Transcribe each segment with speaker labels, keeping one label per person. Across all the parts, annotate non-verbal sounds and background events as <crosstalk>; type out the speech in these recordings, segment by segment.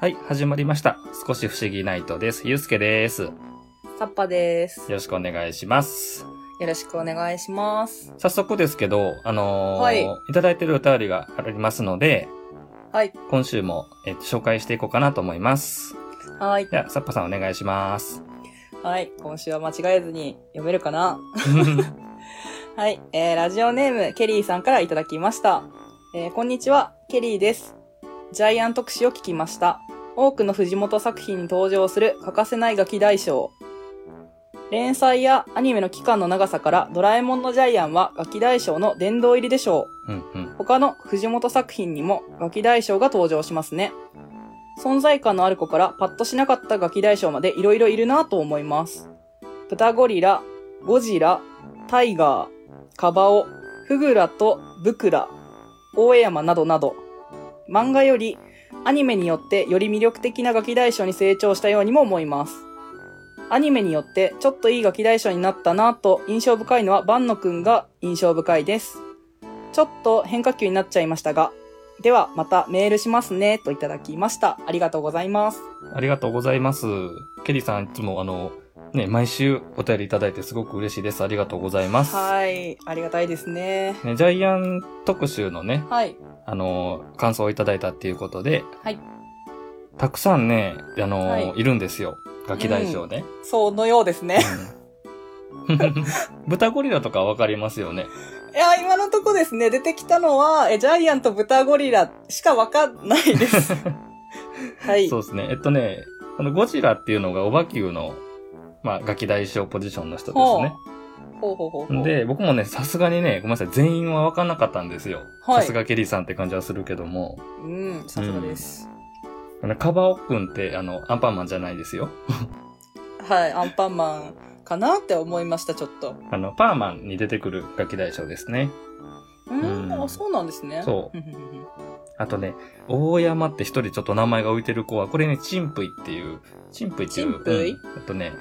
Speaker 1: はい、始まりました。少し不思議ナイトです。ゆうすけです。よ
Speaker 2: タッパです。
Speaker 1: ろしくお願いします。
Speaker 2: よろしくお願いします。
Speaker 1: 早速ですけど、あのー
Speaker 2: はい
Speaker 1: い、ただいてるお便りがありますので、
Speaker 2: はい。
Speaker 1: 今週も、えっと紹介していこうかなと思います。
Speaker 2: はい。
Speaker 1: じゃあ、サッパさんお願いし
Speaker 2: <laughs>
Speaker 1: ます。
Speaker 2: はい。今週は間違えずに読めるかなはい。えー、ラジオネーム、ケリーさんからいただきました。えー、こんにちは。ケリーです。ジャイアン特集を聞きました。多くの藤本作品に登場する欠かせないガキ大将。連載やアニメの期間の長さから、ドラえもんのジャイアンはガキ大将の殿堂入りでしょう。
Speaker 1: うんうん。
Speaker 2: 他の藤本作品にもガキ大将が登場しますね。存在感のある子からパッとしなかったガキ大将までいろいろいるなと思います。プタゴリラ、ゴジラ、タイガー、カバオ、フグラとブクラ、大江山などなど、漫画よりアニメによってより魅力的なガキ大将に成長したようにも思います。アニメによってちょっといいガキ大将になったなと印象深いのは万野くんが印象深いです。ちょっと変化球になっちゃいましたが、ではまたメールしますねといただきました。ありがとうございます。
Speaker 1: ありがとうございます。ケリーさん、いつもあの、ね、毎週お便りいただいてすごく嬉しいです。ありがとうございます。
Speaker 2: はい、ありがたいですね。
Speaker 1: ね、ジャイアン特集のね、
Speaker 2: はい、
Speaker 1: あのー感想をいただいたっていうことで、
Speaker 2: はい。
Speaker 1: たくさんね、あのー
Speaker 2: はい
Speaker 1: い、るんですよ。ガキ大将ね。
Speaker 2: そのようですね。 <laughs>
Speaker 1: うん <laughs> 豚ゴリラとかわかりますよね。
Speaker 2: いや、今のとこですね、出てきたのは、えジャイアンと豚ゴリラしかわかんない
Speaker 1: <laughs>
Speaker 2: です。はい
Speaker 1: そ。うですね。えっとね、このゴジラっていうのがオバキューの、まあ、ガキ大将ポジションの人ですね。
Speaker 2: ほうほうほうほう。
Speaker 1: で、僕もね、さすがにね、ごめんなさい、全員は分かんなかったんですよ。
Speaker 2: はい
Speaker 1: さすがケリーさんって感じはするけども、
Speaker 2: うん、さすがです。
Speaker 1: あのカバオくんって、あの、アンパンマンじゃないですよ。
Speaker 2: はい、アンパンマンかなって思いました、ちょっと。
Speaker 1: あの、パーマンに出てくるガキ大将ですね。
Speaker 2: うーん、
Speaker 1: うん
Speaker 2: あそうなんですね。
Speaker 1: そうん
Speaker 2: んんん。
Speaker 1: あとね、大山って一人ちょっと名前が浮いてる子は、これね、チンプイっていう、チンプイっていう、
Speaker 2: チンプイ
Speaker 1: うんえっとね、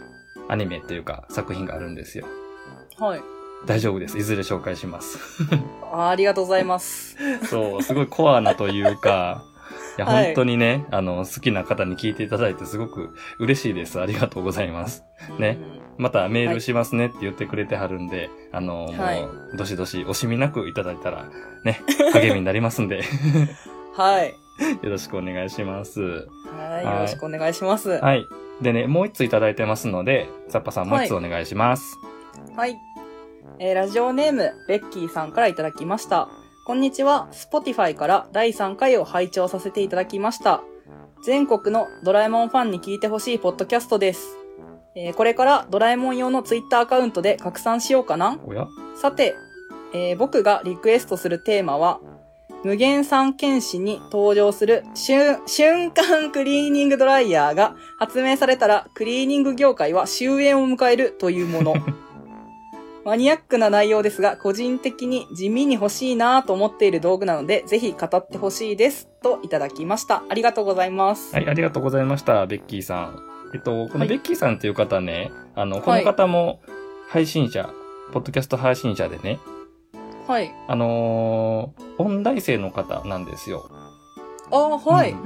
Speaker 1: アニメっていうか作品があるんですよ。
Speaker 2: はい。
Speaker 1: 大丈夫です。いずれ紹介します。
Speaker 2: <laughs> あありがとうございます。
Speaker 1: そう、すごいコアなという
Speaker 2: <laughs>
Speaker 1: か、いや、
Speaker 2: はい
Speaker 1: 本当にね、あの、好きな方に聞いていただいてすごく嬉しいです。ありがとうございます。ね
Speaker 2: うん
Speaker 1: またメールしますねって言ってくれてはるんで、あの、もう、
Speaker 2: はい
Speaker 1: どしどし惜しみなくいただいたら、ね、励みになりますん
Speaker 2: <laughs>
Speaker 1: で、よ
Speaker 2: はい。
Speaker 1: ろしくお願いします。
Speaker 2: はい、
Speaker 1: はい
Speaker 2: よろしくお願いします。 <laughs> は
Speaker 1: はい。でね、もう一ついただいてますので、サッパさんもう一つお願いします。
Speaker 2: い。えーラジオネーム、ベッキーさんからいただきました。こんにちは。Spotify から第3回を拝聴させていただきました。全国のドラえもんファンに聞いてほしいポッドキャストです。えーこれからドラえもん用の Twitter アカウントで拡散しようかな
Speaker 1: おや
Speaker 2: さて、えー僕がリクエストするテーマは、無限三剣士に登場する瞬瞬間クリーニングドライヤーが発明されたらクリーニング業界は終焉を迎えるというも
Speaker 1: <laughs>
Speaker 2: の。マニアックな内容ですが、個人的に地味に欲しいなぁと思っている道具なので、ぜひ語ってほしいです。といただきました。ありがとうございます。
Speaker 1: はい、ありがとうございました、ベッキーさん。えっと、こ
Speaker 2: は
Speaker 1: の
Speaker 2: い
Speaker 1: ベッキーさんっていう方ね、あの、こ
Speaker 2: は
Speaker 1: の
Speaker 2: い
Speaker 1: 方も配信者、ポッドキャスト配信者でね、
Speaker 2: はい。
Speaker 1: あのー音大生の方なんですよ。
Speaker 2: ああ、はい。
Speaker 1: う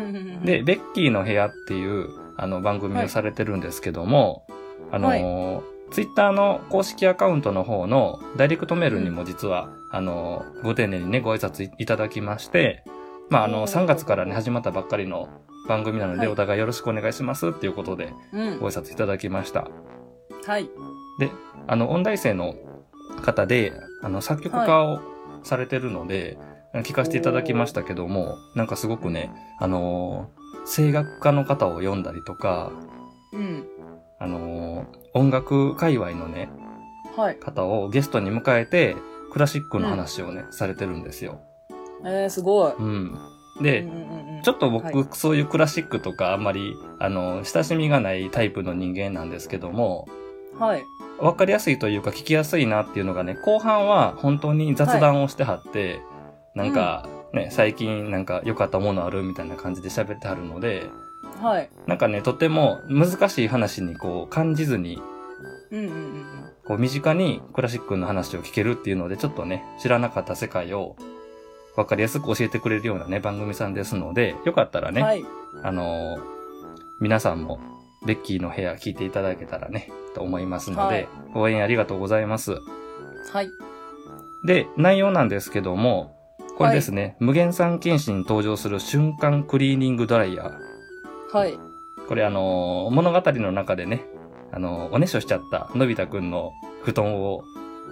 Speaker 1: で、
Speaker 2: で、
Speaker 1: ベッキーの部屋っていう、あの、番組をされてるんですけども、あのーツイッターの公式アカウントの方のダイレクトメールにも実は、あのーご丁寧にね、ご挨拶いいただきまして、まあ、あの、
Speaker 2: おー
Speaker 1: 3月からね、始まったばっかりの番組なの
Speaker 2: はい
Speaker 1: で、お互いよろしくお願いしますっていうことで、
Speaker 2: うん
Speaker 1: ご。挨拶いただきました。
Speaker 2: はい。
Speaker 1: あの、音大生の方で、あの、作曲家をされてるので、聞かせていただきましたけども、なんかすごくね、あのー声楽家の方を読んだりとか、
Speaker 2: うん。
Speaker 1: あのー音楽界隈のね、
Speaker 2: はい。
Speaker 1: 方をゲストに迎えて、クラシックの話をね、されてるんですよ。
Speaker 2: えー、すごい。
Speaker 1: うん。で、
Speaker 2: うんうんうん
Speaker 1: ちょっと僕、
Speaker 2: はい
Speaker 1: そういうクラシックとかあんまり、あの、親しみがないタイプの人間なんですけども、
Speaker 2: はい。
Speaker 1: わかりやすいというか聞きやすいなっていうのがね、後半は本当に雑談をしてはって、なんかね、最近なんか良かったものあるみたいな感じで喋ってはるので、
Speaker 2: はい。
Speaker 1: なんかね、とても難しい話にこう感じずに、
Speaker 2: うんうんうんうん。
Speaker 1: こう身近にクラシックの話を聞けるっていうので、ちょっとね、知らなかった世界をわかりやすく教えてくれるようなね、番組さんですので、よかったらね、
Speaker 2: はい。
Speaker 1: あのー皆さんもベッキーの部屋聞いていただけたらね、と思いますので、
Speaker 2: はい
Speaker 1: 応援ありがとうございます。
Speaker 2: はい。
Speaker 1: で、内容なんですけども、これですね、無限産菌糸に登場する瞬間クリーニングドライヤー。
Speaker 2: はい。
Speaker 1: これあのー物語の中でね、あのーおねしょしちゃったのび太くんの布団を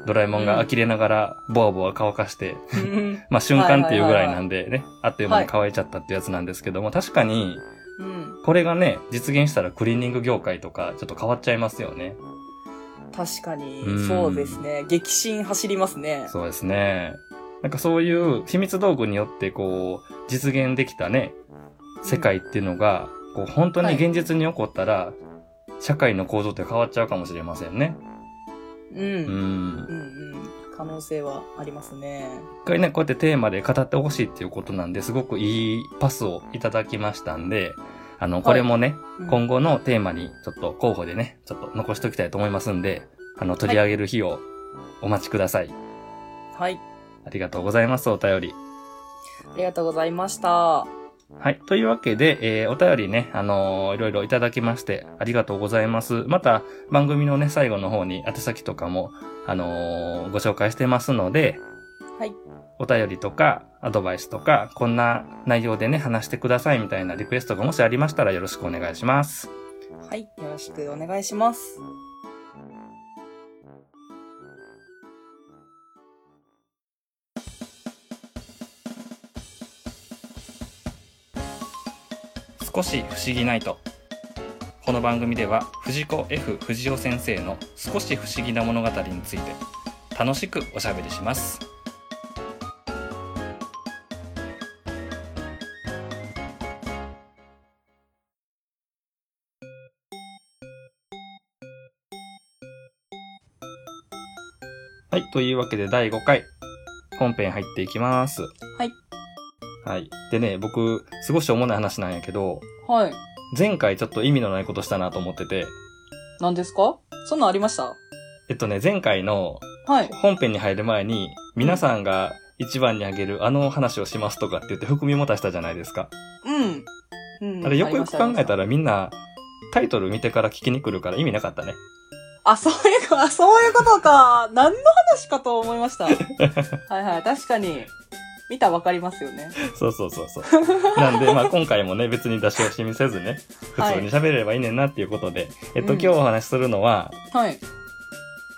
Speaker 1: ドラえもんが呆れながらボワボワ乾かして、
Speaker 2: うん。
Speaker 1: まあ瞬間っていうぐらいなんでね、あっという間に乾いちゃったってやつなんですけども、確かに
Speaker 2: うん。
Speaker 1: これがね、実現したらクリーニング業界とかちょっと変わっちゃいますよね。
Speaker 2: 確かに
Speaker 1: うん、
Speaker 2: そうですね。激震走りますね。
Speaker 1: そうですね。なんかそういう秘密道具によってこう、実現できたね、世界っていうのが、こう本当に現実に起こったら、社会の構造って変わっちゃうかもしれませんね。う
Speaker 2: う。
Speaker 1: んん
Speaker 2: う。んうん。可能性はありますね。
Speaker 1: 一回ね、こうやってテーマで語ってほしいっていうことなんで、すごくいいパスをいただきましたんで、あの、これもね、
Speaker 2: うん
Speaker 1: 今後のテーマにちょっと候補でね、ちょっと残しておきたいと思いますんで、あの、取り上げる日をお待ちください。
Speaker 2: はい。
Speaker 1: ありがとうございます、お便り。
Speaker 2: ありがとうございました。
Speaker 1: はい。というわけで、えーお便りね、あのーいろいろいただきまして、ありがとうございます。また、番組のね、最後の方に宛先とかも、あのーご紹介してますので、
Speaker 2: はい。
Speaker 1: お便りとか、アドバイスとか、こんな内容でね、話してくださいみたいなリクエストがもしありましたらよろしくお願いします。
Speaker 2: はい。よろしくお願いします。
Speaker 1: 少し不思議ないと。この番組では、藤子 F 不二雄先生の少し不思議な物語について、楽しくおしゃべりします。はい。というわけで第5回、本編入っていきます。
Speaker 2: はい。
Speaker 1: はい。でね、僕、すごいしょうもない話なんやけど、
Speaker 2: はい。
Speaker 1: 前回ちょっと意味のないことしたなと思ってて、
Speaker 2: 何ですかそんなんありました
Speaker 1: えっとね、前回の
Speaker 2: はい。
Speaker 1: 本編に入る前に、皆さんが一番にあげるあの話をしますとかって言って含み持たしたじゃないですか。
Speaker 2: うん。うん。
Speaker 1: あれよくよく考えた
Speaker 2: ら。
Speaker 1: らみんなタイトル見てから聞きに来るから意味なかったね。
Speaker 2: あ、そういうか、そういうことか。何の話かと思いま
Speaker 1: <laughs>
Speaker 2: した。はいはい。確かに。見たらわかりますよね。
Speaker 1: そうそうそうそう。なんで、まあ今回もね、別に出し惜しみせずね、普通に喋れればいいねんなっていうことで、えっと
Speaker 2: う
Speaker 1: 今
Speaker 2: ん
Speaker 1: 日お話しするのは、
Speaker 2: はい。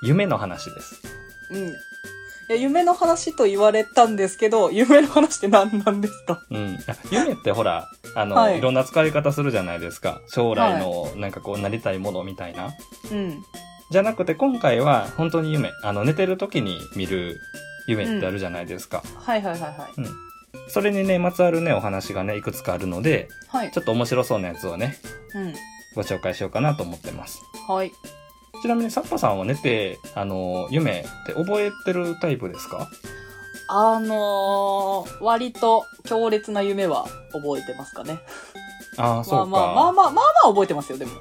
Speaker 1: 夢の話です。
Speaker 2: うん。いや、夢の話と言われたんですけど、夢の話って何なんですか
Speaker 1: うん、あ夢ってほらあの、
Speaker 2: はい
Speaker 1: い、ろんな使い方するじゃないですか将来のなんかこうなりたいものみたいな、
Speaker 2: うん。
Speaker 1: じゃなくて今回は本当に夢あの寝てる時に見る夢ってあるじゃないですか、
Speaker 2: はいはいはいはい。
Speaker 1: それにねまつわるねお話がねいくつかあるので
Speaker 2: はい。
Speaker 1: ちょっと面白そうなやつをね
Speaker 2: うん。
Speaker 1: ご紹介しようかなと思ってます
Speaker 2: はい。
Speaker 1: ちなみにサッパさんは寝てあの夢って覚えてるタイプですか
Speaker 2: あのー、割と強烈な夢は覚えてますかね。
Speaker 1: ああそうか、
Speaker 2: まあまあ、まあまあ、まあまあ覚えてますよ、でも。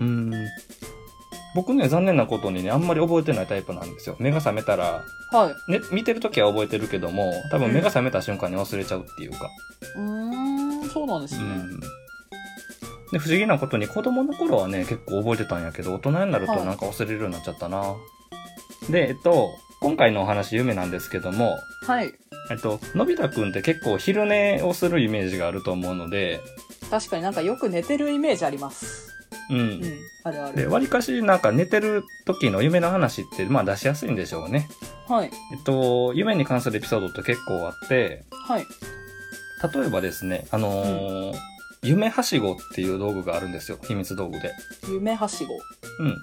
Speaker 1: うん僕ね残念なことにねあんまり覚えてないタイプなんですよ目が覚めたら
Speaker 2: はい。
Speaker 1: ね、見てる時は覚えてるけども多分目が覚めた瞬間に忘れちゃうっていうか、
Speaker 2: うーん、そうなんですね。
Speaker 1: で不思議なことに子供の頃はね結構覚えてたんやけど大人になると
Speaker 2: はい
Speaker 1: なんか忘れるようになっちゃったな、でえっと今回のお話夢なんですけども
Speaker 2: はい。
Speaker 1: えっとのび太くんって結構昼寝をするイメージがあると思うので
Speaker 2: 確かになんかよく寝てるイメージあります。
Speaker 1: う
Speaker 2: うんん、あるあ
Speaker 1: で
Speaker 2: る。
Speaker 1: わりかしなんか寝てる時の夢の話ってまあ出しやすいんでしょうね
Speaker 2: はい。
Speaker 1: えっと夢に関するエピソードって結構あって
Speaker 2: はい。
Speaker 1: 例えばですね、あのー夢はしごっていう道具があるんですよ。秘密道具で。
Speaker 2: 夢はしご。
Speaker 1: うん。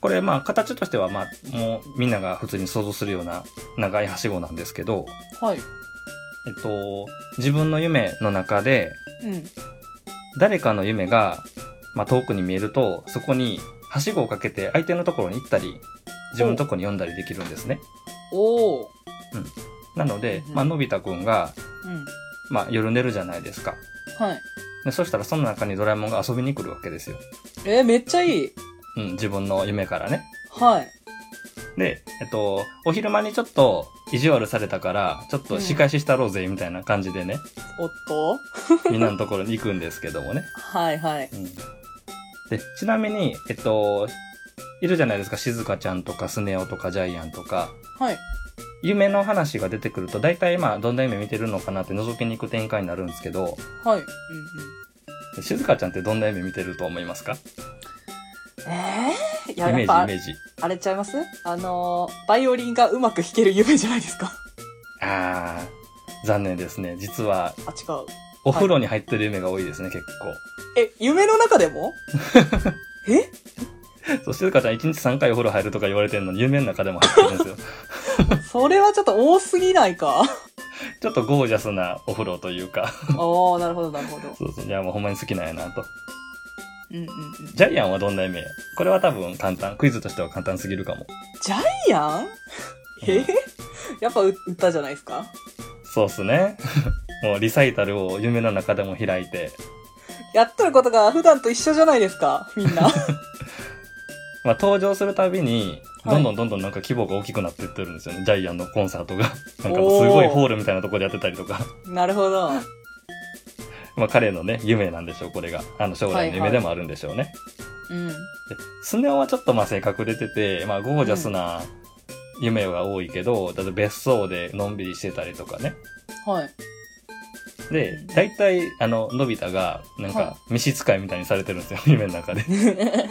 Speaker 1: これ、まあ、形としては、まあ、もう、みんなが普通に想像するような長いはしごなんですけど、
Speaker 2: はい。
Speaker 1: えっと、自分の夢の中で、
Speaker 2: うん。
Speaker 1: 誰かの夢が、まあ、遠くに見えると、そこに、はしごをかけて相手のところに行ったり、自分のところに読んだりできるんですね。
Speaker 2: おー。
Speaker 1: なので
Speaker 2: う、ん
Speaker 1: まあ、のび太くんが、
Speaker 2: うん。
Speaker 1: まあ、夜寝るじゃないですか。
Speaker 2: はい。
Speaker 1: でそしたら、その中にドラえもんが遊びに来るわけですよ。
Speaker 2: えー、めっちゃいい。
Speaker 1: うん、自分の夢からね。
Speaker 2: はい。
Speaker 1: で、えっと、お昼間にちょっと意地悪されたから、ちょっと仕返ししたろうぜ、みたいな感じで
Speaker 2: <laughs>
Speaker 1: ね、
Speaker 2: おっと
Speaker 1: みんなのところに行くんですけどもね。
Speaker 2: はいはい。
Speaker 1: うんで、ちなみに、えっと、いるじゃないですか、静香ちゃんとかスネ夫とかジャイアンとか、
Speaker 2: はい。
Speaker 1: 夢の話が出てくると、大体まあ、どんな夢見てるのかなって覗きに行く展開になるんですけど、
Speaker 2: はい。うんうん。
Speaker 1: 静香ちゃんってどんな夢見てると思いますか
Speaker 2: ええー、い
Speaker 1: イ
Speaker 2: や、や
Speaker 1: メ
Speaker 2: っぱ
Speaker 1: ージ、イメ、ージ。
Speaker 2: あれちゃいますあのー、バイオリンがうまく弾ける夢じゃないですか。
Speaker 1: あー、残念ですね。実は、
Speaker 2: あ、違う。
Speaker 1: お風呂に入ってる夢が多いですね、結
Speaker 2: え、夢の中
Speaker 1: <laughs>
Speaker 2: でもえ
Speaker 1: 構。そう、静香ちゃん1日3回お風呂入るとか言われてるのに、夢の中でも入ってるんですよ。
Speaker 2: <laughs> それはちょっと多すぎない <laughs> か
Speaker 1: ちょっとゴージャスなお風呂というか、
Speaker 2: おー、なるほど、なるほど。
Speaker 1: そうそう、いやもうほんまに好きなんやなと。
Speaker 2: うんうんうん。
Speaker 1: ジャイアンはどんな夢これは多分簡単。クイズとしては簡単すぎるかも。
Speaker 2: いいやんえやっぱう歌じゃないですか
Speaker 1: そうっすね。 <laughs> もうリサイタルを夢の中でも開いて、
Speaker 2: やっとることが普段と一緒じゃないですかみんな。
Speaker 1: まあ登場するたびに、
Speaker 2: はい
Speaker 1: どんどんどんどんなんか規模が大きくなっていってるんですよね。ジャイアンのコンサート
Speaker 2: <laughs>
Speaker 1: が。なんかすごいホールみたいなところでやってたりとか。
Speaker 2: <laughs>
Speaker 1: <laughs>
Speaker 2: なるほど。
Speaker 1: まあ彼のね、夢なんでしょう、これが。あの将来の夢でもあるんでしょうね。
Speaker 2: うん。
Speaker 1: スネ夫はちょっとまあ性格出てて、まあゴージャスな夢が多いけど、だって別荘でのんびりしてたりとかね。
Speaker 2: はい。
Speaker 1: で、大体、あの、のび太が、なん
Speaker 2: は
Speaker 1: か、召使いみたいにされてるんですよ、 <laughs> 夢の中で。
Speaker 2: <laughs>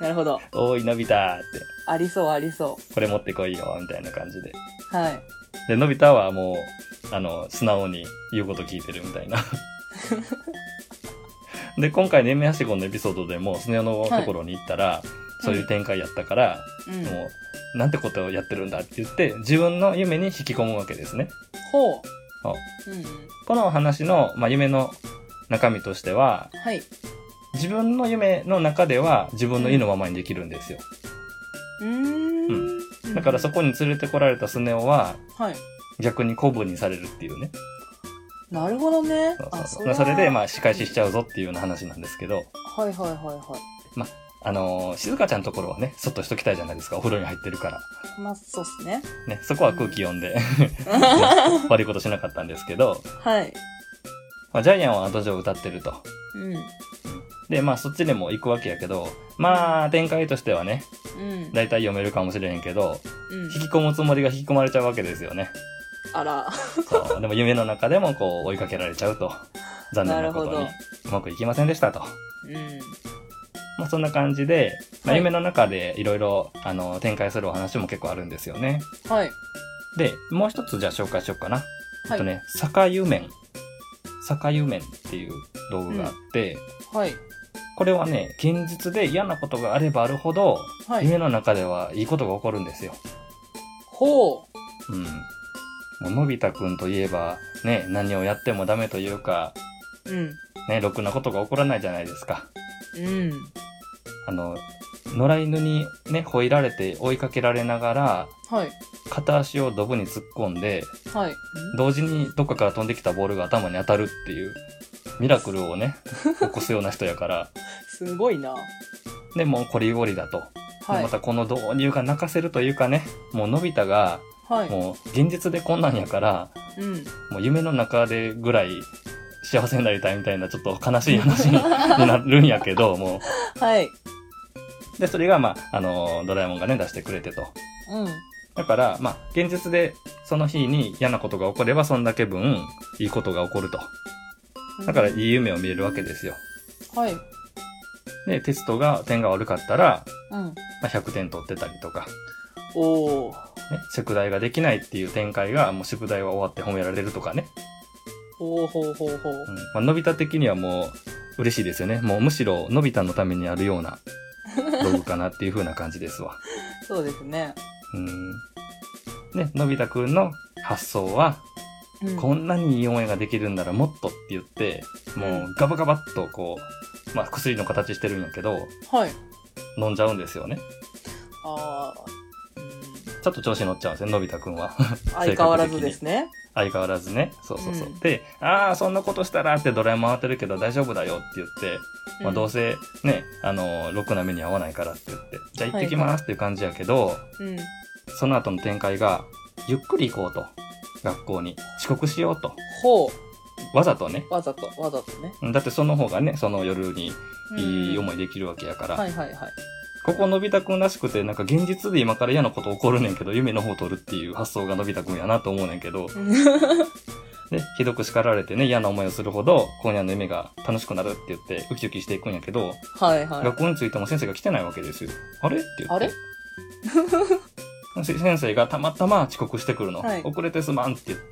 Speaker 2: なるほど。
Speaker 1: おい、のび太って、
Speaker 2: ありそう、ありそ
Speaker 1: これ持ってこいよ、みたいな感じで。
Speaker 2: う。はい。
Speaker 1: で、のび太はもう、あの、素直に言うこと聞いてるみたい <laughs> な。で、今回、ねめはしごのエピソードでも、スネ夫のところに行ったら、そういう展開やったから、
Speaker 2: うん。
Speaker 1: もう、なんてことをやってるんだって言って、自分の夢に引き込むわけですね。
Speaker 2: ほ
Speaker 1: あ
Speaker 2: う。うんうん。
Speaker 1: このお話の、まあ、夢の中身としては、
Speaker 2: はい。
Speaker 1: 自分の夢の中では自分の意のままにできるんですよ。
Speaker 2: うーん。
Speaker 1: だからそこに連れてこられたスネ夫は
Speaker 2: はい。
Speaker 1: 逆に鼓舞にされるっていうね。
Speaker 2: なるほどね。
Speaker 1: そうそうそう
Speaker 2: あ
Speaker 1: まあそれでまあ仕返ししち
Speaker 2: ゃ
Speaker 1: ゃうぞっていうような話なんですけど、
Speaker 2: うん。はいはいはいは
Speaker 1: あのー静香ちゃんのところはね、そっとしときたいじゃないですか。お風呂に入ってるから。
Speaker 2: い。まあ、そうっす
Speaker 1: <laughs>
Speaker 2: ね。
Speaker 1: ね、そこは空気読んで <laughs> 悪いことしなかったんですけど、
Speaker 2: はい。
Speaker 1: まあ、ジャイアンは後上歌ってると。
Speaker 2: うん。
Speaker 1: で、まあそっちでも行くわけやけど、まあ展開としてはね、
Speaker 2: うん。
Speaker 1: だいたい読めるかもしれへんけど、
Speaker 2: うん。
Speaker 1: 引き込むつもりが引き込まれちゃうわけですよね。
Speaker 2: あら。
Speaker 1: そう。でも夢の中でもこう追いかけられちゃうと。残念なこと
Speaker 2: なる
Speaker 1: に
Speaker 2: ほ。
Speaker 1: うまくいきませんでしたと。
Speaker 2: うん。
Speaker 1: まあそんな感じで、ま
Speaker 2: は
Speaker 1: あ、
Speaker 2: い
Speaker 1: 夢の中でいろいろあの展開するお話も結構あるんですよね。
Speaker 2: はい。
Speaker 1: で、もう一つじゃあ紹介しようかな。え
Speaker 2: は
Speaker 1: っと
Speaker 2: い。
Speaker 1: ね、坂湯麺。坂湯麺っていう道具があって、
Speaker 2: はい。
Speaker 1: これはね、現実で嫌なことがあればあるほど、
Speaker 2: はい。
Speaker 1: 夢の中ではいいことが起こるんですよ。
Speaker 2: ほう。
Speaker 1: うん。もうのび太くんといえば、ね、何をやってもダメというか、
Speaker 2: うん。
Speaker 1: ね、ろくなことが起こらないじゃないですか。
Speaker 2: うん。
Speaker 1: あの、野良犬にね、吠えられて追いかけられながら、
Speaker 2: はい。
Speaker 1: 片足をドブに突っ込んで、
Speaker 2: はい。
Speaker 1: 同時にどっかから飛んできたボールが頭に当たるっていう、ミラクルを
Speaker 2: <laughs>
Speaker 1: ね、起こすような人やから、
Speaker 2: すごいな。
Speaker 1: で、もうこりごりだと。
Speaker 2: はい
Speaker 1: ま。たこの導入が泣かせるというかね、もうのび太が、
Speaker 2: はい。
Speaker 1: もう現実でこんなんやから、
Speaker 2: うん。
Speaker 1: もう夢の中でぐらい幸せになりたいみたいなちょっと悲しい話にになるんやけど、もう、
Speaker 2: はい。
Speaker 1: で、それが、まあ、あの、ドラえもんがね、出してくれてと。
Speaker 2: うん。
Speaker 1: だから、まあ、現実でその日に嫌なことが起これば、そんだけ分、いいことが起こると。だから、いい夢を見れるわけですよ。
Speaker 2: はい。
Speaker 1: で、テストが、点が悪かったら、
Speaker 2: うん。
Speaker 1: まあ、100点取ってたりとか、
Speaker 2: おお。
Speaker 1: ね、宿題ができないっていう展開が、もう宿題は終わって褒められるとかね。
Speaker 2: ほうほうほうほう
Speaker 1: う。ん。まあ、のび太的にはもう、嬉しいですよね。もう、むしろ、のび太のためにあるよう
Speaker 2: <laughs>
Speaker 1: な、道具かなっていう風な感じですわ。
Speaker 2: そうですね。
Speaker 1: うん。ね、のび太くんの発想は、
Speaker 2: うん
Speaker 1: こんなにいい思いができるんならもっとって言って、もうガバガバっとこう、まあ薬の形してるんやけど、
Speaker 2: はい。
Speaker 1: 飲んじゃうんですよね。
Speaker 2: ああ。
Speaker 1: ちょっと調子乗っちゃうんですよ、のび太くんは。 <laughs>
Speaker 2: 相変わらずですね。
Speaker 1: 相変わらずね。そうそうそう。
Speaker 2: うん
Speaker 1: で、ああ、そんなことしたらってドラえもん当てるけど大丈夫だよって言って、まあ、どう
Speaker 2: せ。
Speaker 1: せね、あのーろくな目に遭わないからって言って、じゃあ行ってきますっていう感じやけど、
Speaker 2: うん。
Speaker 1: その後の展開が、ゆっくり行こうと。学校に。遅刻しようと。
Speaker 2: ほ
Speaker 1: わざとね。
Speaker 2: う。わざと、わざとね。
Speaker 1: だってその方がね、その夜にいい思
Speaker 2: い。
Speaker 1: いできるわけやから。
Speaker 2: はいはい <laughs> はい。
Speaker 1: ここのび太くんらしくて、なんか現実で今から嫌なこと起こるねんけど、夢の方取るっていう発想がのび太くんやなと思うねんけど、で、ひどく叱られてね、嫌な思いをするほど、今夜の夢が楽しくなるって言って、ウキウキしていくんやけど、
Speaker 2: はいはい。
Speaker 1: 学校に着いても先生が来てないわけですよ。あれって言って。
Speaker 2: あれ
Speaker 1: せ先生がたまたま遅刻してくるの。
Speaker 2: はい
Speaker 1: 遅れてすまんって言って。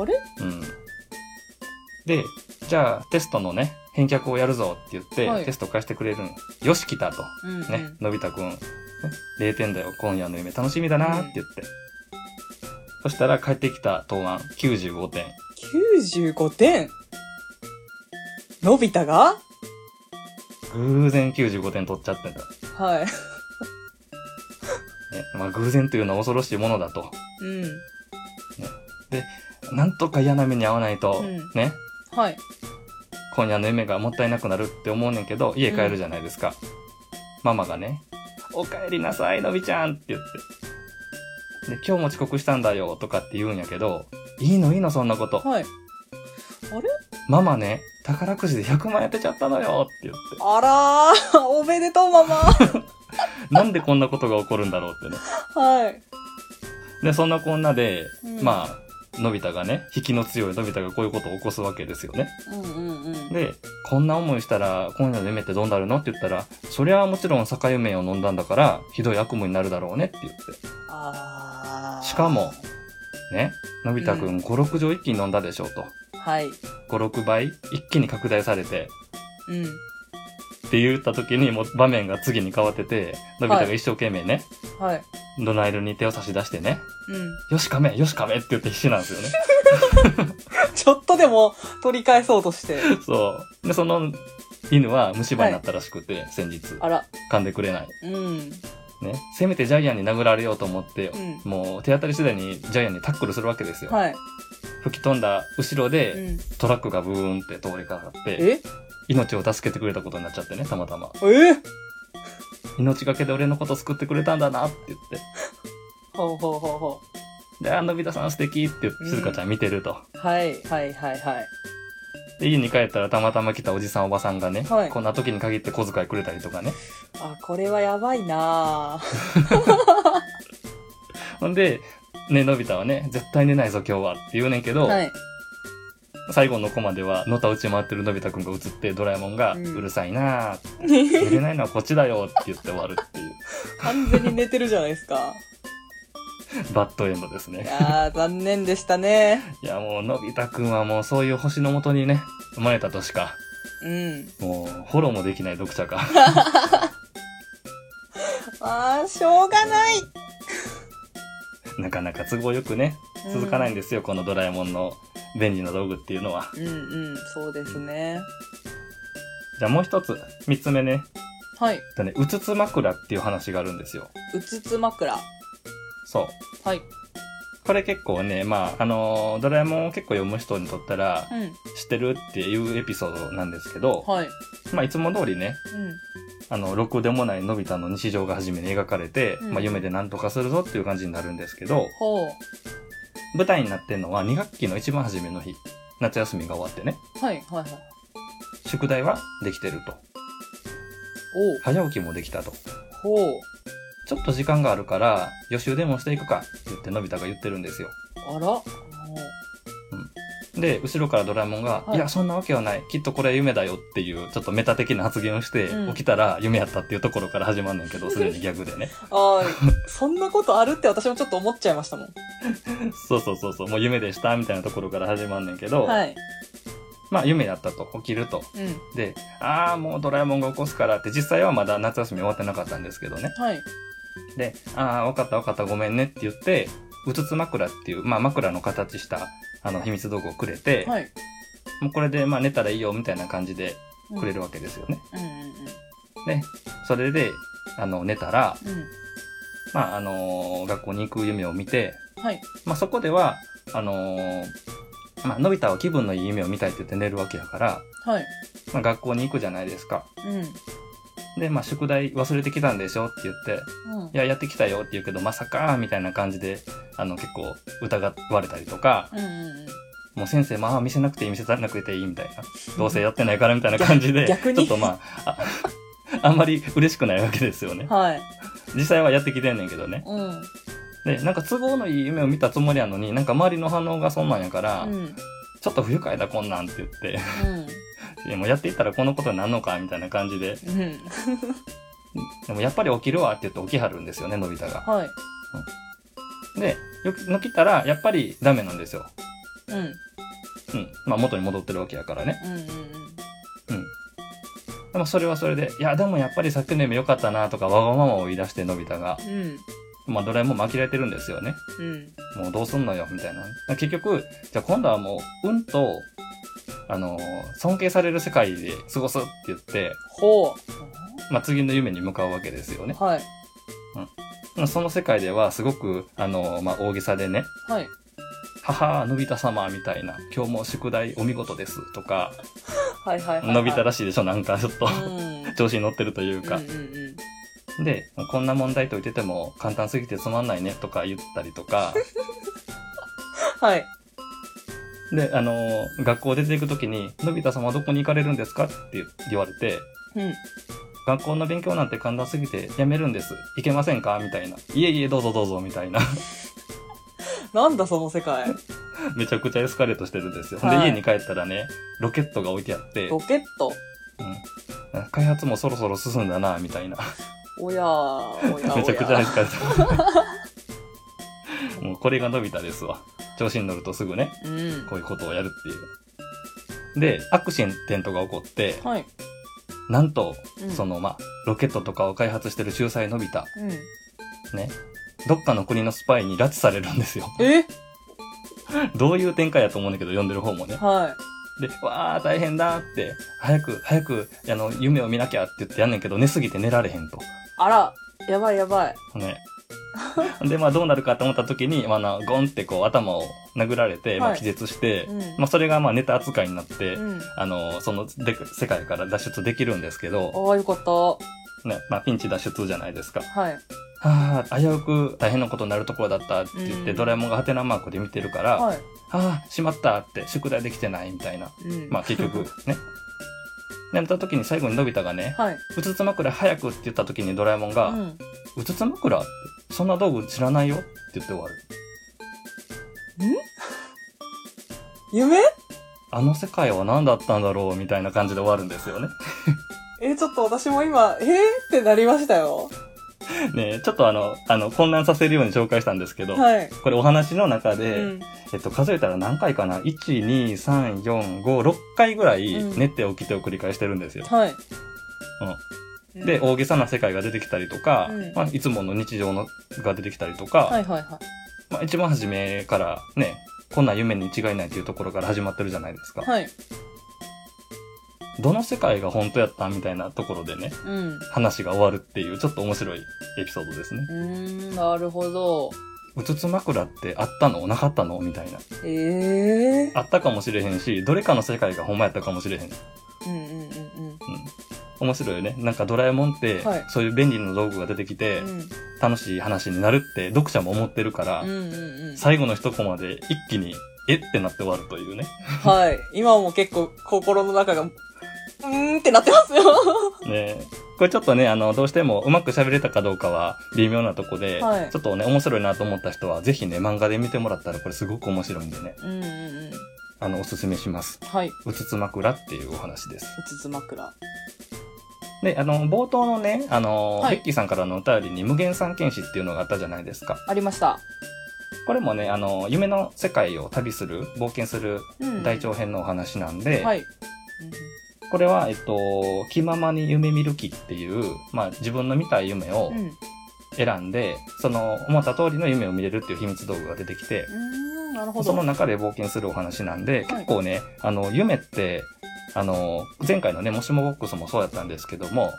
Speaker 2: あれ
Speaker 1: うん。で、じゃあテストのね、返却をやるぞって言って、
Speaker 2: はい
Speaker 1: テスト返してくれるん。よし来たと。
Speaker 2: うんうん。
Speaker 1: ね、のび太くん、ね0点だよ、今夜の夢楽しみだなって言って。そしたら帰ってきた答案、95点。
Speaker 2: 95点のび太が
Speaker 1: 偶然95点取っちゃってた。ね、
Speaker 2: はい。
Speaker 1: まあ偶然というのは恐ろしいものだと。
Speaker 2: うん。
Speaker 1: なんとか嫌な目に遭わないと、
Speaker 2: うん
Speaker 1: ね、
Speaker 2: はい。
Speaker 1: 今夜の夢がもったいなくなるって思うねんけど、家帰るじゃないですか。ママがね、お帰りなさい、のびちゃんって言って。で、今日も遅刻したんだよとかって言うんやけど、いいのいいのそんなこと。
Speaker 2: はい。
Speaker 1: ママね、宝くじで100万円当てちゃったのよって言って。
Speaker 2: あらー、 <laughs> おめでとうママ
Speaker 1: <laughs> なんでこんなことが起こるんだろうってね。
Speaker 2: はい。
Speaker 1: で、そんなこんなで、
Speaker 2: うん
Speaker 1: まあ、のび太がね、引きの強いのび太がこういうことを起こすわけですよね。
Speaker 2: うんうんうん。
Speaker 1: で、こんな思いしたら、今夜の夢ってどうなるのって言ったら、そりゃもちろん酒夢を飲んだんだから、ひどい悪夢になるだろうねって言って。
Speaker 2: あー
Speaker 1: しかも。ね、のび太く
Speaker 2: うん
Speaker 1: 5、6錠一気に飲んだでしょうと。
Speaker 2: はい。
Speaker 1: 5、6倍一気に拡大されて、
Speaker 2: うん。
Speaker 1: って言った時にもう場面が次に変わってて、のび太が一生懸命ね、
Speaker 2: はい。
Speaker 1: ドナイルに手を差し出してね、 <laughs>
Speaker 2: うん。
Speaker 1: よし亀、よし亀って言って必死なんですよね。 <laughs>
Speaker 2: ちょっとでも取り返そうとして。
Speaker 1: そう。で、その犬は虫歯になったらしくて、先日。
Speaker 2: あら。
Speaker 1: 噛んでくれない。
Speaker 2: うん。
Speaker 1: ね。せめてジャイアンに殴られようと思って、
Speaker 2: うん。
Speaker 1: もう手当たり次第にジャイアンにタックルするわけですよ。
Speaker 2: はい。
Speaker 1: 吹き飛んだ後ろ
Speaker 2: う
Speaker 1: で、
Speaker 2: ん。
Speaker 1: トラックがブーンって通りかかって、
Speaker 2: え
Speaker 1: 命を助けてくれたことになっちゃってね、たまたま。
Speaker 2: え
Speaker 1: 命がけで俺のこと救ってくれたんだなって言って。
Speaker 2: ほうほうほうほ
Speaker 1: で、あ、のび太さん素敵って言って、静香ちゃん見てると。
Speaker 2: う。はいはいはいはい。
Speaker 1: で、家に帰ったらたまたま来たおじさんおばさんがね、
Speaker 2: はい
Speaker 1: こんな時に限って小遣いくれたりとかね。
Speaker 2: あ、これはやばいなぁ。
Speaker 1: ほんで、ね、のび太はね、絶対寝ないぞ今日はって言うねんけど、
Speaker 2: はい。
Speaker 1: 最後のコマでは、のたうち回ってるのび太くんが映って、ドラえもんが、
Speaker 2: う
Speaker 1: うんるさいなぁ、寝れないのはこっちだよって言って終わるっていう、
Speaker 2: 完全に寝てるじゃないですか。
Speaker 1: バッドエンドです
Speaker 2: い
Speaker 1: ね。
Speaker 2: やー、残念でしたね。
Speaker 1: いや、もう、のび太くんはもうそういう星のもとにね、生まれたとしか、
Speaker 2: うん。
Speaker 1: もう、フォローもできない読者か。 <laughs>
Speaker 2: あー、しょうがない。
Speaker 1: なかなか都合よくね、続かないんですよ、このドラえもんの便利な道具っていうのは。
Speaker 2: うんうん、そうですね。
Speaker 1: じゃあもう一つ、三つ目ね、
Speaker 2: はい。
Speaker 1: だね、うつつ枕っていう話があるんですよ。
Speaker 2: うつつ枕。
Speaker 1: そう。
Speaker 2: はい。
Speaker 1: これ結構ね、まあ、あのードラえもんを結構読む人にとったら、
Speaker 2: うん。
Speaker 1: 知ってるっていうエピソードなんですけど、
Speaker 2: はい。
Speaker 1: まあ、いつも通りね、
Speaker 2: うん。
Speaker 1: あの、ろくでもないのび太の日常が初めに描かれて、
Speaker 2: うん
Speaker 1: まあ、夢で何とかするぞっていう感じになるんですけど、
Speaker 2: ほ
Speaker 1: 舞台になってるのは2学期の一番初めの日。夏休みが終わってね、
Speaker 2: う。はい、はい、はい。
Speaker 1: 宿題はできてると。早起きもできたと。
Speaker 2: おう。ほ
Speaker 1: ちょっと時間があるから、予習でもしていくかって言ってのび太が言ってるんですよ。
Speaker 2: う。あら。おう
Speaker 1: で、後ろからドラえもんが、
Speaker 2: はい
Speaker 1: い、や、そんなわけはない。きっとこれは夢だよっていう、ちょっとメタ的な発言をして、
Speaker 2: うん
Speaker 1: 起きたら夢やったっていうところから始まんねんけ
Speaker 2: <laughs>
Speaker 1: ど、すでにギャグでね。
Speaker 2: あー、そんなことあるって私もちょっと思っちゃいましたもん。
Speaker 1: そうそうそうそう、もう夢でしたみたいなところから始まんねんけど、
Speaker 2: はい。
Speaker 1: まあ夢やったと、起きると。
Speaker 2: うん。
Speaker 1: で、あーもうドラえもんが起こすからって、実際はまだ夏休み終わってなかったんですけどね。
Speaker 2: はい。
Speaker 1: で、あーわかったわかったごめんねって言って、うつつ枕っていう、まあ枕の形した、あの秘密道具をくれて、
Speaker 2: はい。
Speaker 1: もうこれでまあ寝たらいいよみたいな感じでくれるわけですよね。
Speaker 2: うん。うんうん
Speaker 1: ね、それで、あの、寝たら、
Speaker 2: うん。
Speaker 1: まあ、あのー学校に行く夢を見て、
Speaker 2: うん。はい。
Speaker 1: まあ、そこでは、あのーまあ、のび太は気分のいい夢を見たいって言って寝るわけやから、
Speaker 2: はい。
Speaker 1: まあ、学校に行くじゃないですか。
Speaker 2: うん。
Speaker 1: で、まあ、宿題忘れてきたんでしょって言って、
Speaker 2: うん
Speaker 1: い。や、やってきたよって言うけど、まさか、みたいな感じで、あの、結構疑われたりとか、
Speaker 2: うんうん
Speaker 1: もう先生、まあ、見せなくていい、見せさなくていい、みたいな。どうせやってないから、みたいな感じで、
Speaker 2: 逆に
Speaker 1: ちょっとまあ、あ <laughs> あんまり嬉しくないわけですよね
Speaker 2: うん。。はい。
Speaker 1: 実際はやってきてんねんけどね。
Speaker 2: うん。
Speaker 1: で、なんか都合のいい夢を見たつもりやのに、なんか周りの反応がそんなんやから、
Speaker 2: うん。うん。
Speaker 1: ちょっと不愉快だこんなんって言って、 <laughs> いやもうやっていったらこのことになんのかみたいな感じで、
Speaker 2: うん。
Speaker 1: でもやっぱり起きるわって言って起きはるんですよね、のび太が。
Speaker 2: はい。
Speaker 1: で、よ起きたらやっぱりダメなんですよ。
Speaker 2: うん。うん
Speaker 1: うん。まあ元に戻ってるわけやからね。
Speaker 2: うんうん。
Speaker 1: でもそれはそれで、いやでもやっぱりさっきの夢良かったなとかわがままを言い出してのび太が、
Speaker 2: うん。
Speaker 1: まあドラえもんも呆れてるんですよね。
Speaker 2: うん。
Speaker 1: もうどうすんのよ、みたいな。結局、じゃあ今度はもう、うんと、あの、尊敬される世界で過ごすって言って、
Speaker 2: ほ
Speaker 1: まあ、次の夢に向かうわけですよね
Speaker 2: う。。はい。
Speaker 1: その世界ではすごく、あの、まあ、大げさでね、
Speaker 2: はい。
Speaker 1: 母、のび太様みたいな、今日も宿題お見事ですとか、
Speaker 2: はいはいはい。。
Speaker 1: のび太らしいでしょ、なんかちょっと <laughs>
Speaker 2: うん。
Speaker 1: 調子に乗ってるというか
Speaker 2: うん。うん
Speaker 1: で、こんな問題解いてても簡単すぎてつまんないねとか言ったりとか。
Speaker 2: うん。はい。
Speaker 1: で、あのー学校出ていくときに、のび太様はどこに行かれるんですかって言われて、
Speaker 2: うん。
Speaker 1: 学校の勉強なんて簡単すぎてやめるんです。行けませんかみたいな。いえいえ、どうぞどうぞ、みたいな。 <laughs>
Speaker 2: なんだその世界。
Speaker 1: めちゃくちゃエスカレートしてるんですよ。
Speaker 2: はい
Speaker 1: で、家に帰ったらね、ロケットが置いてあって、う
Speaker 2: ロケット。
Speaker 1: ん、開発もそろそろ進んだな、みたい
Speaker 2: <laughs>
Speaker 1: な。
Speaker 2: おやーおやおや。
Speaker 1: めちゃくちゃエスカレート。 <laughs> もうこれがのび太ですわ。調子に乗るとすぐね、
Speaker 2: うん。
Speaker 1: こういうことをやるっていう。で、アクシデントが起こって、
Speaker 2: はい。
Speaker 1: なんと、
Speaker 2: うん
Speaker 1: その、まあ、ロケットとかを開発してる秀才のび太、
Speaker 2: うん。
Speaker 1: ね。どっかの国のスパイに拉致されるんです
Speaker 2: <laughs>
Speaker 1: よ。
Speaker 2: え
Speaker 1: どういう展開やと思うんだけど、読んでる方もね。
Speaker 2: は
Speaker 1: で、わー、大変だーって、早く、早く、あの、夢を見なきゃって言ってやんねんけど、寝すぎて寝られへんと。
Speaker 2: い。あら、やばいやばい。 <laughs>
Speaker 1: ね。で、まあ、どうなるかと思った時に、まあな、ゴンってこう、頭を殴られて、まあ、
Speaker 2: はい
Speaker 1: 気絶して、
Speaker 2: うん
Speaker 1: まあ、それがまあ、ネタ扱いになって、
Speaker 2: うん。
Speaker 1: あの、その、で、世界から脱出できるんですけど、
Speaker 2: ああ、よかった。
Speaker 1: ね、まあ、ピンチ脱出じゃないですか。
Speaker 2: はい。
Speaker 1: はあ、危うく大変なことになるところだったって言って、
Speaker 2: うん
Speaker 1: ドラえもんがハテナマークで見てるから、
Speaker 2: はい。
Speaker 1: ああ、しまったって、宿題できてないみたいな。
Speaker 2: うん。 <laughs>
Speaker 1: まあ結局、ね。やった時に最後にのび太がね、
Speaker 2: はい。
Speaker 1: うつつ枕早くって言った時にドラえもんが、う
Speaker 2: うん。
Speaker 1: つつ枕って、そんな道具知らないよって言って終わる。
Speaker 2: 夢
Speaker 1: あの世界は何だったんだろうみたいな感じで終わるんですよね。
Speaker 2: えーちょっと私も今、えーってなりましたよ。
Speaker 1: ねえちょっとあの、あの、混乱させるように紹介したんですけど、
Speaker 2: はい。
Speaker 1: これお話の中
Speaker 2: う
Speaker 1: で、
Speaker 2: ん。
Speaker 1: えっと、数えたら何回かな ?1、2、3、4、5、6回ぐらい
Speaker 2: うん
Speaker 1: 寝て起きてを繰り返してるんですよ。
Speaker 2: はい。うん
Speaker 1: で、大げさな世界が出てきたりとか、
Speaker 2: うん
Speaker 1: まあ、いつもの日常のが出てきたりとか、
Speaker 2: はいはいは
Speaker 1: まあ、一番初めからね、こんな夢に違いないというところから始まってるじゃないですか。
Speaker 2: い。はい。
Speaker 1: どの世界が本当やったみたいなところでね、
Speaker 2: うん。
Speaker 1: 話が終わるっていう、ちょっと面白いエピソードですね。
Speaker 2: うーん、なるほど。
Speaker 1: うつつ枕ってあったのなかったのみたいな。
Speaker 2: ええ
Speaker 1: あったかもしれへんし、どれかの世界がほんまやったかもしれへん。
Speaker 2: うんうんうん
Speaker 1: 面白いよね。なんかドラえもんって、
Speaker 2: はい
Speaker 1: そういう便利な道具が出てきて、
Speaker 2: うん。うん
Speaker 1: 楽しい話になるって読者も思ってるから、
Speaker 2: うんうんうん。
Speaker 1: 最後の一コマで一気に、えってなって終わるというね。
Speaker 2: はい。今も結構心の中が、うーんってなってますよ。
Speaker 1: ねこれちょっとね、あの、どうしてもうまく喋れたかどうかは微妙なとこで、
Speaker 2: はい
Speaker 1: ちょっとね、面白いなと思った人は、ぜひね、漫画で見てもらったらこれすごく面白いんでね、
Speaker 2: うんうんうん。
Speaker 1: あの、おすすめします。
Speaker 2: はい。う
Speaker 1: うつつ枕っていうお話です。
Speaker 2: つつ枕。
Speaker 1: で、あの、冒頭のね、あの、
Speaker 2: はい
Speaker 1: ベッキーさんからのお便りに無限三剣士っていうのがあったじゃないですか。
Speaker 2: ありました。
Speaker 1: これもね、あの、夢の世界を旅する、冒険する
Speaker 2: うん
Speaker 1: 大長編のお話なんで、
Speaker 2: はい。
Speaker 1: これは、えっと、気ままに夢見る記っていう、まあ自分の見たい夢を
Speaker 2: うん。うん。う
Speaker 1: 選んで、その思った通りの夢を見れるっていう秘密道具が出てきて、
Speaker 2: ーん、なるほ
Speaker 1: そ
Speaker 2: ど。
Speaker 1: の
Speaker 2: はい。
Speaker 1: 中で冒険するお話なんで、
Speaker 2: はい
Speaker 1: 結構ね、あの、夢って、あの、前回のね、もしもボックスもそうだったんですけども、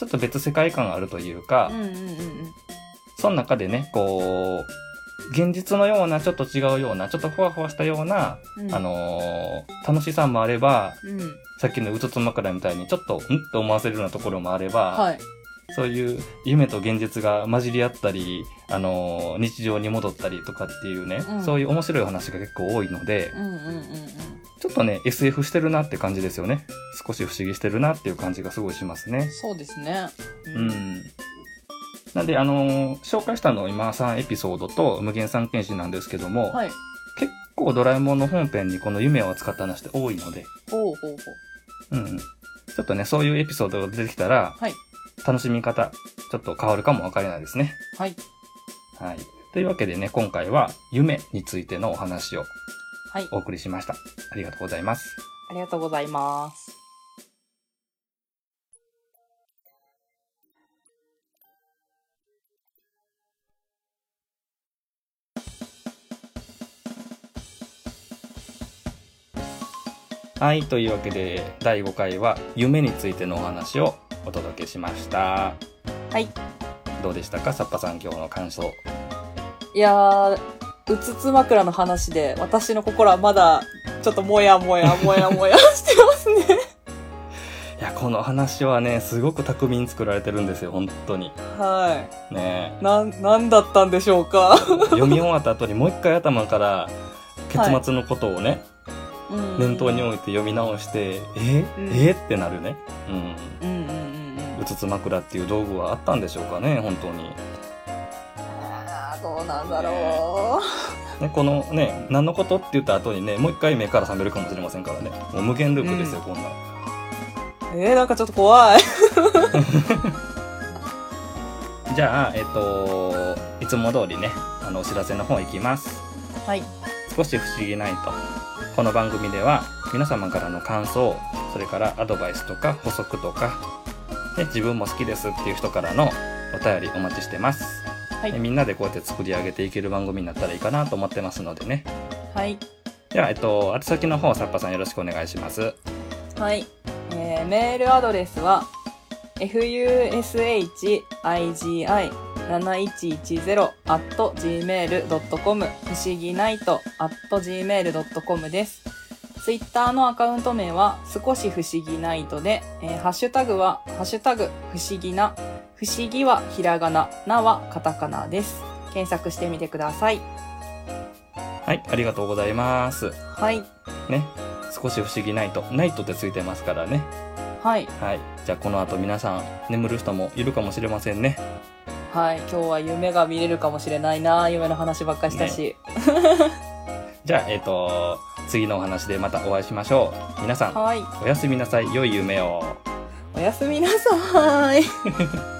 Speaker 1: ちょっと別世界観があるというか
Speaker 2: うん、うんうんうん。
Speaker 1: その中でね、こう、現実のような、ちょっと違うような、ちょっとふわふわしたような、
Speaker 2: うん
Speaker 1: あ、のー楽しさもあれば、
Speaker 2: うん。
Speaker 1: さっきのうつつ枕みたいにちょっと、んって思わせるようなところもあれば、
Speaker 2: はい。
Speaker 1: そういう夢と現実が混じり合ったり、あのー日常に戻ったりとかっていうね、
Speaker 2: うん
Speaker 1: そういう面白い話が結構多いので、
Speaker 2: うんうんうんうん。
Speaker 1: ちょっとね、SF してるなって感じですよね。少し不思議してるなっていう感じがすごいしますね。
Speaker 2: そうですね。
Speaker 1: う。ん。なんで、あのー紹介したの今3エピソードと無限三剣士なんですけども、
Speaker 2: はい。
Speaker 1: 結構ドラえもんの本編にこの夢を扱った話って多いので、
Speaker 2: ほうほうほう。
Speaker 1: うんうん。ちょっとね、そういうエピソードが出てきたら、
Speaker 2: はい。
Speaker 1: 楽しみ方、ちょっと変わるかもわからないですね。
Speaker 2: はい。
Speaker 1: はい。というわけでね、今回は夢についてのお話を
Speaker 2: はい。
Speaker 1: お送りしました。ありがとうございます。
Speaker 2: ありがとうございます。
Speaker 1: はい。というわけで、第5回は夢についてのお話をお届けしました。
Speaker 2: はい。
Speaker 1: どうでしたかサッパさん今日の感想。
Speaker 2: いやー、うつつ枕の話で、私の心はまだ、ちょっともやもやもやもやしてますね。
Speaker 1: いや、この話はね、すごく巧みに作られてるんですよ。本当に。
Speaker 2: <laughs> は <laughs>
Speaker 1: ね
Speaker 2: い。なん、なんだったんでしょうか。
Speaker 1: 読み終わった後にもう一回頭から結末のことをね、
Speaker 2: うん
Speaker 1: 念頭に置いて読み直して、え
Speaker 2: うん
Speaker 1: えってなるね。うん。
Speaker 2: うんうんうんうん
Speaker 1: う。つつ枕っていう道具はあったんでしょうかね、本当に。
Speaker 2: あーどうなんだろ
Speaker 1: ね、このね、何のことって言った後にね、もう一回目から覚めるかもしれませんからね。もう無限ループですよ、こんなん。
Speaker 2: う。えー、なんかちょっと怖い。
Speaker 1: じゃあ、えっと、いつも通りね、あの、お知らせの方行きます。
Speaker 2: はい。
Speaker 1: 少し不思議ないと。この番組では、皆様からの感想、それからアドバイスとか補足とか、ね、自分も好きですっていう人からのお便りお待ちしてます。
Speaker 2: はい
Speaker 1: ねみんなでこうやって作り上げていける番組になったらいいかなと思ってますのでね。
Speaker 2: はい。
Speaker 1: では、えっと、宛先の方、サッパさんよろしくお願いします。
Speaker 2: はい、えーメールアドレスは fushigi7110.gmail.com 不思議ナイト .gmail.com です。ツイッターのアカウント名は少し不思議ナイトで、えーハッシュタグはハッシュタグ不思議な、不思議はひらがな、なはカタカナです。検索してみてください。
Speaker 1: はい、ありがとうございます。
Speaker 2: はい。
Speaker 1: ね、少し不思議ナイト。ナイトってついてますからね。
Speaker 2: はい。
Speaker 1: はい。じゃあ、この後皆さん、眠る人もいるかもしれませんね。
Speaker 2: はい。今日は夢が見れるかもしれないな夢の話ばっかりしたし。
Speaker 1: じゃあ、えっと、次のお話でまたお会いしましょう。皆さん、
Speaker 2: はい。
Speaker 1: おやすみなさい。良い夢を。
Speaker 2: おやすみなさーい。